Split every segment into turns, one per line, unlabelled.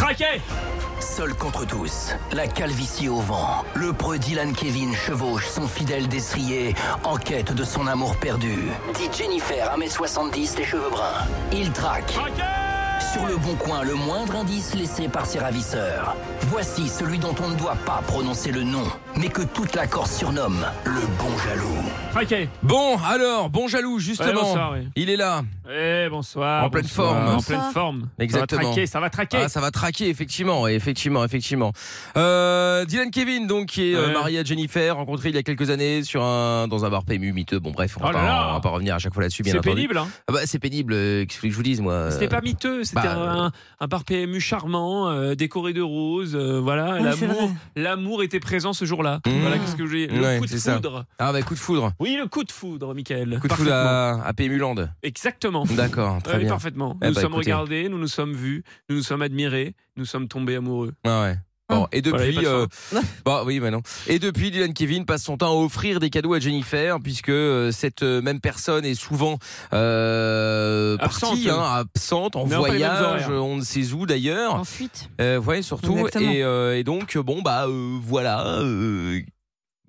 traquer
Seul contre tous, la calvitie au vent, le preux Dylan Kevin chevauche son fidèle destrier en quête de son amour perdu. Dit Jennifer, 1m70, les cheveux bruns. Il traque.
Traquer
Sur le bon coin, le moindre indice laissé par ses ravisseurs. Voici celui dont on ne doit pas prononcer le nom, mais que toute la Corse surnomme le bon jaloux.
Traquer
Bon, alors, bon jaloux,
Ouais,
justement.
bonsoir, oui.
Il est là.
Eh, bonsoir.
En pleine
bonsoir,
forme.
En
Bonsoir.
pleine forme.
Exactement.
Ça va traquer, ça va traquer.
Ah, ça va traquer, effectivement, ouais, effectivement, effectivement. Euh, Dylan Kevin, donc, qui est euh,
Ouais.
marié à Jennifer, rencontré il y a quelques années sur un, dans un bar PMU miteux. Bon, bref, on va,
Oh là
pas,
là.
on va pas revenir à chaque fois là-dessus, bien
c'est
entendu.
pénible, hein.
Ah bah, c'est pénible, euh, qu'est-ce que je vous dise, moi. euh,
C'était pas miteux, c'était
bah,
un, un bar PMU charmant, euh, décoré de roses, euh, voilà.
Oui, c'est
l'amour,
vrai.
l'amour était présent ce jour-là.
Mmh.
Voilà, qu'est-ce que j'ai. Le
Ouais,
coup de
c'est ça.
foudre.
Ah, bah, coup de foudre.
Oui, le coup de foudre, Michael.
Coup de foudre à, à PMU Land.
Exactement.
D'accord,
Ouais,
très bien.
Parfaitement.
Eh
nous
bah,
sommes
écoutez.
regardés, nous nous sommes vus, nous nous sommes admirés, nous sommes tombés amoureux.
Ah ouais. Bon, et
Voilà,
depuis,
il est pas le
euh, bah oui, mais non. Et depuis, Dylan Kevin passe son temps à offrir des cadeaux à Jennifer, puisque euh, cette euh, même personne est souvent euh, partie,
Absente.
hein, absente, en
Mais on a pas les mêmes
voyage,
horaires. Ah.
on ne sait où d'ailleurs.
En fuite.
Euh, ouais, surtout.
Exactement.
Et, euh, et donc, bon, bah euh, voilà. euh,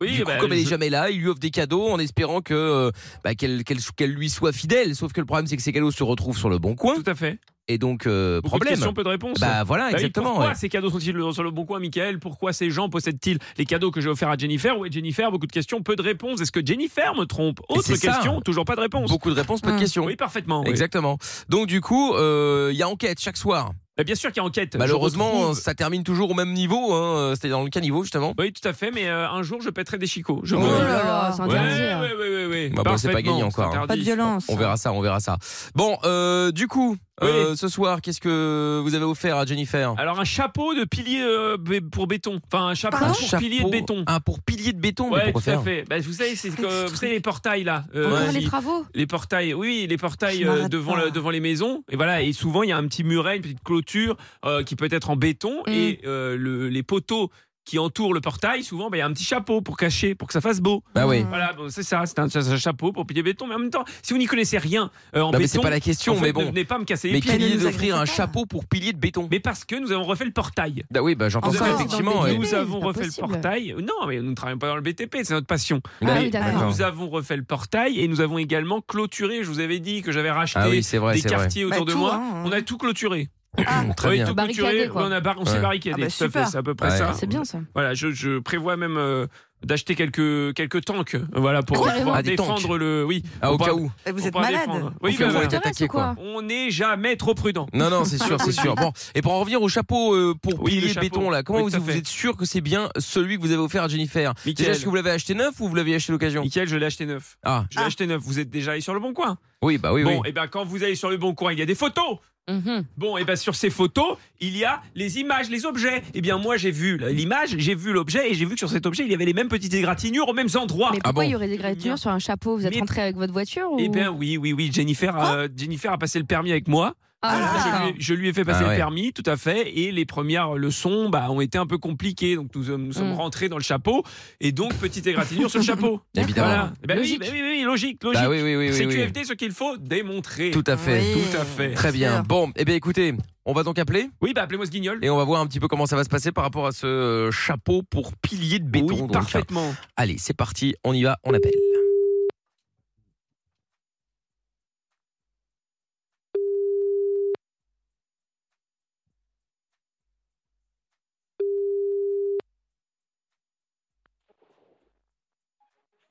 Oui,
du coup,
bah,
comme elle est
je-
jamais là, il lui offre des cadeaux en espérant que euh, bah, qu'elle qu'elle qu'elle lui soit fidèle. Sauf que le problème, c'est que ces cadeaux se retrouvent sur le bon coin,
Tout à fait.
et donc euh,
Beaucoup
problème.
de questions, peu de réponses.
Bah voilà,
Bah oui,
exactement.
pourquoi
ouais.
ces cadeaux sont-ils le- sur le bon coin, Michael Pourquoi ces gens possèdent-ils les cadeaux que j'ai offerts à Jennifer Ouais, Jennifer, beaucoup de questions, peu de réponses. Est-ce que Jennifer me trompe Autre
c'est ça.
question, toujours pas de réponse.
Beaucoup de réponses, peu de
Mm.
questions.
Oui, parfaitement. oui.
Exactement. Donc du coup, euh, il y a enquête chaque soir.
Bah, Bien sûr qu'il y a enquête. Je
Malheureusement,
retrouve-
ça termine toujours au même niveau, hein, euh, c'est-à-dire dans le cas niveau justement.
Oui, tout à fait, mais euh, un jour, je pèterai des chicots. Je
Oh
vous le dis.
là là, c'est
Ouais,
interdit. là.
ouais, ouais, ouais, ouais.
Bah, bon, c'est pas
Parfaitement,
gagné encore, hein.
c'est interdit.
Pas de violence.
On verra ça, on verra ça. Bon, euh, du coup,
Oui.
euh, ce soir, qu'est-ce que vous avez offert à Jennifer
Alors un chapeau de pilier euh, bé- pour béton. Enfin un chapeau
Pardon
pour pilier de béton.
Ah, pour pilier de béton, mais
Ouais, tout
pourquoi
à
faire
fait. Bah, vous savez, c'est que-
Qu'est-ce
vous savez les portails là. euh,
Encore
qui-
les travaux.
les portails, oui, les portails
Je
euh,
m'arrête
devant,
pas.
le- devant les maisons. Et voilà, et souvent il y a un petit muret, une petite clôture euh, qui peut être en béton
Mm.
et euh, le- les poteaux qui entourent le portail. Souvent, bah, il y a un petit chapeau pour cacher, pour que ça fasse beau.
Bah oui.
Mm.
Voilà, bon, c'est ça, c'est un, c'est un chapeau pour pilier béton. Mais en même temps, si vous n'y connaissez rien euh, en
Non, mais c'est
béton,
pas la question,
en fait,
mais
ne
bon.
venez pas me casser les
Mais
pieds.
qui
ne
l'idée
nous
d'offrir un
agressez pas.
chapeau pour pilier de béton
Mais parce que nous avons refait le portail.
Bah oui, bah j'entends
Encore
ça
dans le
effectivement.
BTP.
ouais.
Nous
c'est
avons
pas
refait
possible.
le portail. Non, mais nous ne travaillons pas dans le BTP, c'est notre passion.
Ah
Bah
oui, d'accord.
Nous avons refait le portail et nous avons également clôturé. Je vous avais dit que j'avais racheté
Ah oui, c'est vrai,
des
c'est vrai.
quartiers autour
Bah,
de
tout,
moi.
hein.
On a tout clôturé.
Ah,
Très
Oui,
bien.
tout
Barricadé,
clôturé.
quoi.
Oui, On, a bar- on s'est
Ouais.
barricadé.
Ah
tout
bah,
à fait,
super.
C'est à peu près
Ouais.
ça.
C'est bien ça.
Voilà, je, je prévois même euh, d'acheter quelques quelques tanks. euh, Voilà pour
Quoi
pouvoir
Ah, des tanks.
défendre le. Oui.
Ah, au
pour
cas
pouvoir-
où.
Et Vous
pour
êtes
pouvoir
malade.
défendre.
Au
Oui,
cas où
bah,
on
bah,
est attaqué, quoi.
on n'est jamais trop prudent.
Non, non, c'est sûr, c'est sûr. Bon, et pour en revenir au chapeau euh, pour
Oui, le
pilier de
chapeau.
béton, là, comment
Oui, tout
vous,
à
vous
fait.
êtes sûr que c'est bien celui que vous avez offert à Jennifer Déjà,
Michael,
est-ce que vous l'avez acheté neuf ou vous l'aviez acheté l'occasion
Michael, je l'ai acheté neuf.
Ah,
Je l'ai acheté neuf. Vous êtes déjà allé sur le bon coin.
oui, bah oui,
bon,
oui.
et bien quand vous allez sur le bon coin, il y a des photos.
Mhm.
Bon, et bien sur ces photos, il y a les images, les objets. Et bien moi, j'ai vu l'image, j'ai vu l'objet, et j'ai vu que sur cet objet, il y avait les mêmes petites égratignures aux mêmes endroits.
Mais pourquoi
bon
il y aurait des gratures sur un chapeau Vous êtes
Mais-
rentré avec votre voiture ou...
Eh bien oui, oui, oui, Jennifer, euh, Jennifer a passé le permis avec moi.
Ah,
Je, lui, ai- je lui ai fait passer
Ah ouais.
le permis, tout à fait. Et les premières leçons bah, ont été un peu compliquées. Donc nous, sommes- nous sommes
Mm.
rentrés dans le chapeau. Et donc, petite égratignure sur le chapeau.
Évidemment.
Voilà. Eh ben oui,
Logique.
ben oui, oui, oui, logique, logique.
Bah oui, oui, oui, oui,
C'est
oui.
QFD ce qu'il faut démontrer.
Tout à fait.
Oui.
Tout à fait.
Très bien. Bon, eh bien, écoutez, on va donc appeler
Oui, bah appelez-moi ce guignol.
et on va voir un petit peu comment ça va se passer par rapport à ce euh, chapeau pour pilier de béton.
oui,
donc.
parfaitement.
Allez, c'est parti, on y va, on appelle.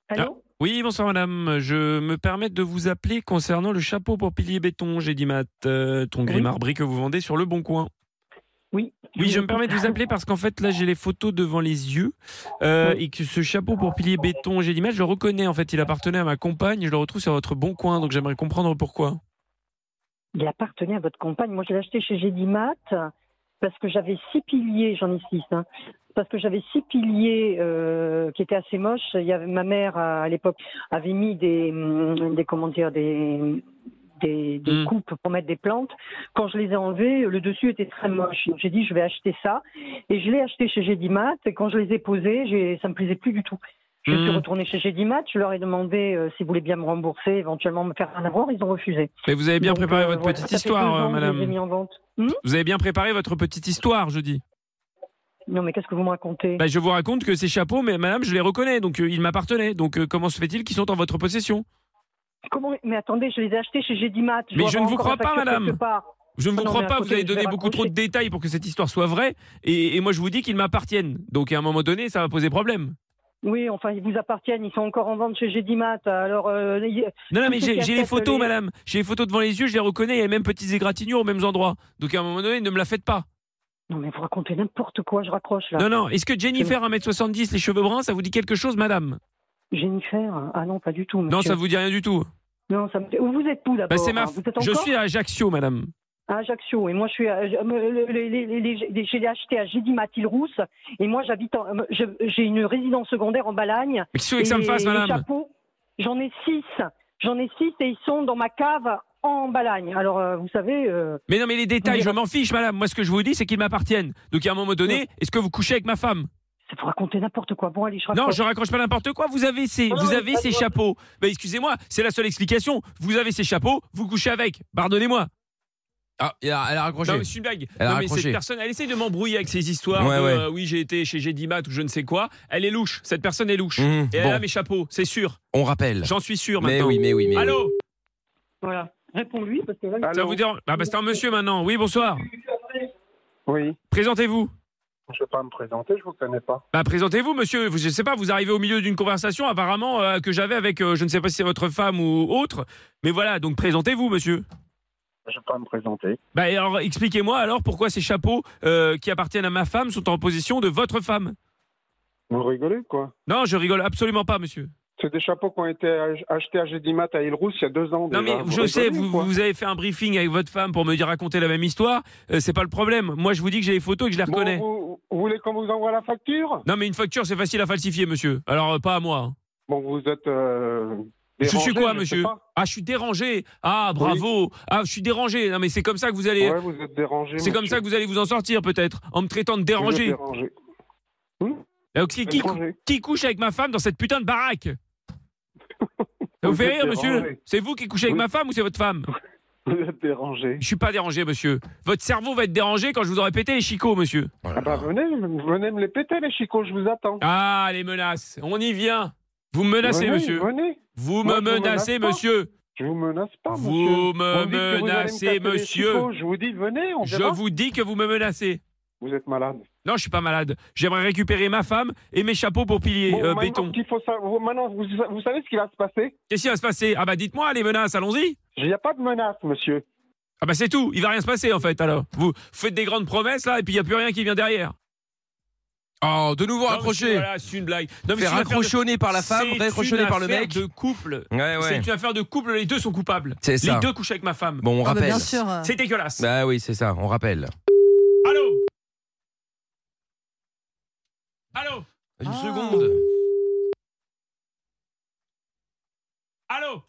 Allô
Oui, bonsoir madame. Je me permets de vous appeler concernant le chapeau pour pilier béton, j'ai dit Matt, euh, ton gris
Oui.
marbré que vous vendez sur le Bon Coin.
Oui.
Ah, Oui, je me permets de vous appeler parce qu'en fait, là, j'ai les photos devant les yeux euh, et que ce chapeau pour pilier béton, j'ai l'image, je le reconnais. En fait, il appartenait à ma compagne. Je le retrouve sur votre bon coin, donc j'aimerais comprendre pourquoi.
Il appartenait à votre compagne. Moi, je l'ai acheté chez Gédimat parce que j'avais six piliers, j'en ai six, hein, parce que j'avais six piliers euh, qui étaient assez moches. Il y avait, ma mère, à à l'époque, avait mis des, hum, des comment dire, des, des, des
Mm.
coupes pour mettre des plantes. Quand je les ai enlevées, le dessus était très moche. Donc, J'ai dit, je vais acheter ça. Et je l'ai acheté chez Gédimat. Et quand je les ai posés, j'ai- ça me plaisait plus du tout. Je suis
Hmm.
retournée chez Gédimat, je leur ai demandé euh, s'ils voulaient bien me rembourser, éventuellement me faire un avoir, ils ont refusé.
Mais vous avez bien
Donc,
préparé
euh,
votre
voilà,
petite
ça fait
histoire,
deux
euh,
ans que je les ai
madame.
mis en vente. Hmm
Vous avez bien préparé votre petite histoire, je dis.
non, mais qu'est-ce que vous me racontez
Bah, je vous raconte que ces chapeaux, mais madame, je les reconnais, donc euh, ils m'appartenaient. Donc euh, comment se fait-il qu'ils sont en votre possession
Comment Mais attendez, je les ai achetés chez Gédimat.
Mais je ne vous crois pas, madame. Je ne
Ah
vous
non,
crois
mais à
pas,
côté,
vous avez
je vais
donné beaucoup trop de
raccrocher.
détails pour que cette histoire soit vraie, et, et moi je vous dis qu'ils m'appartiennent. Donc à un moment donné, ça va poser problème.
Oui, enfin, ils vous appartiennent, ils sont encore en vente chez Gédimat. Alors, euh, y-
Non, non,
Tous
mais
ceux
j'ai
qui
j'ai les
achètent
photos,
les-
madame. J'ai les photos devant les yeux, je les reconnais, il y a les mêmes petits égratignures aux mêmes endroits. Donc à un moment donné, ne me la faites pas.
non, mais vous racontez n'importe quoi, je raccroche là.
Non, non, est-ce que Jennifer, 1m70, les cheveux bruns, ça vous dit quelque chose, madame
Jennifer Ah non, pas du tout.
Non,
monsieur.
ça vous dit rien du tout.
Non, ça me... Vous êtes où
Bah,
d'abord
c'est ma...
hein Vous êtes
Je
encore
suis à Ajaccio, madame.
à Ajaccio et moi je suis à... je- euh, les, les, les, les- les- j'ai acheté à Gédimatil Rousse et moi j'habite en... je- j'ai une résidence secondaire en Balagne.
Mais qu'est-ce que vous voulez que ça me
Et
fasse,
les
madame
chapeaux, J'en ai six, j'en ai six et ils sont dans ma cave en Balagne. Alors euh, vous savez, euh,
Mais non, mais les détails,
Oui.
je m'en fiche, madame. Moi, ce que je vous dis, c'est qu'ils m'appartiennent. Donc, à un moment donné, est-ce que vous couchez avec ma femme
c'est pour raconter n'importe quoi. Bon allez, je raccroche.
Non, je raccroche pas n'importe quoi. Vous avez ces,
Non,
vous
non,
avez
pas
ces
de-
chapeaux. Bah, excusez-moi, c'est la seule explication. Vous avez ces chapeaux, vous couchez avec. Pardonnez-moi.
Ah, il a- elle a raccroché.
Non, mais c'est une blague.
Elle a
non, mais
raccroché.
cette personne, elle essaie de m'embrouiller avec ces histoires.
Ouais,
de,
ouais.
euh, oui, j'ai été chez Gédimat ou je ne sais quoi. Elle est louche. Cette personne est louche.
Mmh,
Et elle a
bon,
mes chapeaux, c'est sûr.
on rappelle.
J'en suis sûr
Mais
maintenant.
oui, mais oui, mais oui.
Allô
Voilà, réponds-lui parce que là,
Ça vous dérange Ah, bah, c'est un monsieur maintenant. Oui, bonsoir.
Oui,
Présentez-vous.
je ne vais pas me présenter, je vous connais pas.
Bah, présentez-vous, monsieur. Vous- Je sais pas, vous arrivez au milieu d'une conversation apparemment euh, que j'avais avec, euh, je ne sais pas si c'est votre femme ou autre. Mais voilà, donc présentez-vous, monsieur.
Je ne vais pas me présenter.
Bah, et alors, expliquez-moi alors pourquoi ces chapeaux euh, qui appartiennent à ma femme sont en possession de votre femme.
Vous rigolez, quoi
Non, je rigole absolument pas, monsieur.
C'est des chapeaux qui ont été ach- achetés à Gédimat à Ilrousse il y a deux ans.
Non,
déjà.
mais
Vous
je sais,
rigolez,
vous,
quoi
vous avez fait un briefing avec votre femme pour me dire raconter la même histoire. Euh, c'est pas le problème. Moi, je vous dis que j'ai les photos et que je les
Bon,
reconnais.
vous, vous voulez qu'on vous envoie la facture
Non, mais une facture, c'est facile à falsifier, monsieur. Alors, euh, pas à moi.
Bon, vous êtes. euh,
Je suis
dérangé,
quoi,
je
monsieur
sais pas.
Ah, je suis dérangé. Ah, bravo. Ah, je suis dérangé. Non, mais c'est comme ça que vous allez.
Ouais, vous êtes dérangé.
C'est comme ça que vous allez vous en sortir, peut-être, en me traitant de dérangé.
dérangé.
Alors, qui, qui,
Dérangé.
qui couche avec ma femme dans cette putain de baraque Ça vous
Vous
fait
êtes
rire, monsieur
dérangé.
C'est vous qui couchez avec
Oui.
ma femme ou c'est votre femme
Vous êtes dérangé.
Je suis pas dérangé, monsieur. Votre cerveau va être dérangé quand je vous aurai pété les chicots, monsieur.
Oh là
Ah
là.
bah, venez, venez me les péter, les chicots, je vous attends.
Ah, les menaces. On y vient. Vous me menacez,
venez,
monsieur.
Venez.
Vous
Moi,
me
je vous
menacez,
menace pas.
monsieur.
Je vous menace pas,
Vous me
monsieur. On dit que vous allez me
menacez,
casser les
monsieur.
chicots, Je vous dis, venez, on
Je
verra.
vous dis que vous me menacez.
Vous êtes malade.
Non, je suis pas malade. J'aimerais récupérer ma femme et mes chapeaux pour pilier
Bon,
euh,
maintenant,
béton.
ce qu'il faut savoir- vous- maintenant, vous, vous savez ce qui va se passer
Qu'est-ce qui va se passer Ah bah dites-moi les menaces, allons-y.
Il n'y a pas de menace, monsieur.
Ah bah c'est tout, il va rien se passer en fait alors. Vous faites des grandes promesses là et puis il n'y a plus rien qui vient derrière.
Oh, de nouveau
Non, monsieur,
raccroché.
voilà, c'est une blague. Non, mais c'est
Fait
une affaire de-
raccrochonner par la femme,
C'est
raccrochonner
une
par le
affaire
mec.
de couple.
Ouais,
C'est
ouais.
une affaire de couple, les deux sont coupables.
C'est ça.
Les deux couchent avec ma femme.
Bon, on
Ah bah,
rappelle.
bien sûr.
euh.
C'est dégueulasse.
Bah oui, c'est ça, on rappelle.
Allô Allô
Une
Ah.
seconde.
Allô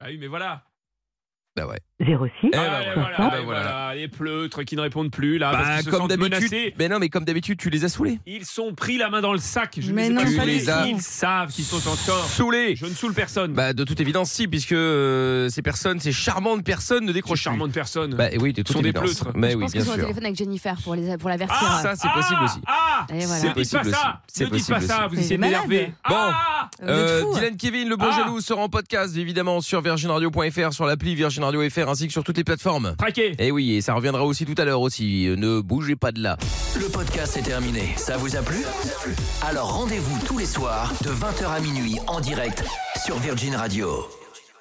Ah oui, mais voilà.
Bah ouais.
06
Ah,
Eh bah
et
voilà.
voilà,
Ah
et
bah
voilà.
voilà.
les pleutres qui ne répondent plus là
Bah,
Ah, parce qu'ils se
comme
sentent menacés.
d'habitude. Mais non, mais comme d'habitude, tu les as saoulés.
Ils sont pris la main dans le sac. Je
Mais
ne
non,
sais pas
pas
qui
du
ils
tout.
Ils savent qu'ils sont en tort.
Saoulés.
Je ne saoule personne.
Bah de toute évidence, si, puisque euh, ces personnes, ces charmantes personnes ne
Trop
décrochent plus.
charmante personne.
Bah oui, de toute
sont des
évidence.
pleutres.
Mais
Je
oui,
pense
bien
qu'ils sont au
sûr.
téléphone avec Jennifer pour, les, pour la verser.
euh,
Ah,
Ça, c'est possible aussi.
Ah,
Et voilà.
Ne
C'est
dites
possible
pas ça.
aussi. C'est
Ne dites
possible
pas ça.
aussi.
Vous
Mais
essayez de
malade.
m'énerver.
Bon.
Ah
Vous êtes
Euh,
fous, hein.
Dylan Kevin, le bon
Ah.
jaloux sera en podcast évidemment sur virginradio.fr, sur l'appli Virgin Radio FR ainsi que sur toutes les plateformes.
Traqué.
Et oui, et ça reviendra aussi tout à l'heure aussi. Euh, Ne bougez pas de là.
Le podcast est terminé. Ça vous a plu Alors rendez-vous tous les soirs de 20h à minuit en direct sur Virgin Radio.